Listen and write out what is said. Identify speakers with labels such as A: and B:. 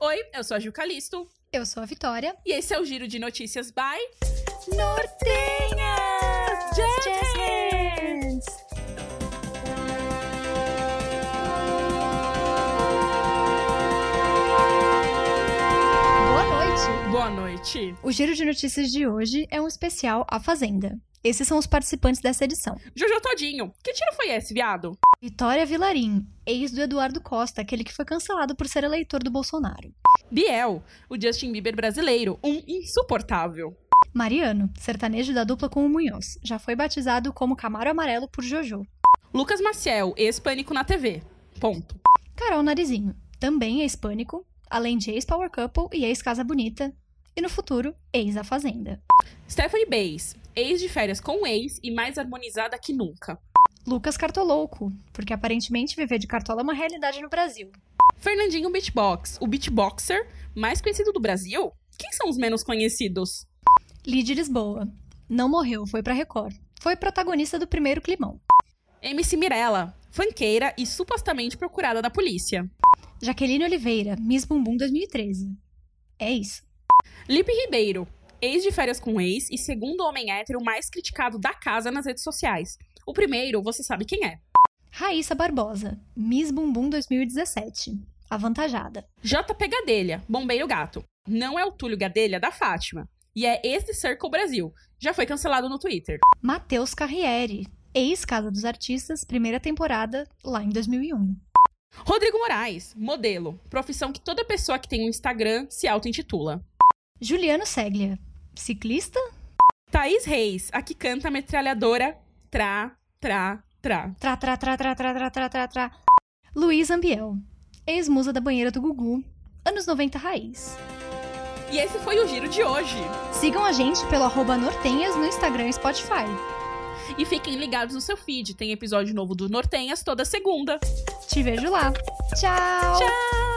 A: Oi, eu sou a Gil Calisto
B: Eu sou a Vitória.
A: e esse é o Giro de Notícias by.
B: Nortenhas!
A: Jazz
B: Boa noite!
A: Boa noite.
B: O Giro de Notícias de hoje é um especial A Fazenda. Esses são os participantes dessa edição.
A: Jojo Todinho, que tiro foi esse, viado?
B: Vitória Vilarim, ex do Eduardo Costa, aquele que foi cancelado por ser eleitor do Bolsonaro.
A: Biel, o Justin Bieber brasileiro, um insuportável.
B: Mariano, sertanejo da dupla com o Munhoz, já foi batizado como Camaro Amarelo por Jojo.
A: Lucas Maciel, ex-pânico na TV. Ponto.
B: Carol Narizinho, também ex-pânico, além de ex-Power Couple e ex-Casa Bonita. E no futuro, ex-A Fazenda.
A: Stephanie Bays, ex de férias com ex e mais harmonizada que nunca.
B: Lucas Cartolouco, porque aparentemente viver de cartola é uma realidade no Brasil.
A: Fernandinho Beatbox, o beatboxer mais conhecido do Brasil? Quem são os menos conhecidos?
B: Lid Lisboa, não morreu, foi pra Record. Foi protagonista do primeiro climão.
A: MC Mirella, fanqueira e supostamente procurada da polícia.
B: Jaqueline Oliveira, Miss Bumbum 2013. É isso.
A: Lipe Ribeiro, ex de férias com ex e segundo homem hétero mais criticado da casa nas redes sociais. O primeiro, você sabe quem é.
B: Raíssa Barbosa, Miss Bumbum 2017. Avantajada.
A: JP Gadelha, bombeiro gato. Não é o Túlio Gadelha da Fátima. E é ex de Circle Brasil. Já foi cancelado no Twitter.
B: Matheus Carriere, ex-Casa dos Artistas, primeira temporada, lá em 2001.
A: Rodrigo Moraes, modelo. Profissão que toda pessoa que tem um Instagram se auto-intitula.
B: Juliano Seglia, ciclista?
A: Thaís Reis, a que canta a metralhadora Tra, Tra, Tra.
B: Tra, tra, tra, tra, tra, tra, tra, tra, tra. Luiz Ambiel, ex-musa da banheira do Gugu, anos 90 raiz.
A: E esse foi o giro de hoje.
B: Sigam a gente pelo arroba Nortenhas no Instagram e Spotify.
A: E fiquem ligados no seu feed. Tem episódio novo do Nortenhas toda segunda.
B: Te vejo lá. Tchau!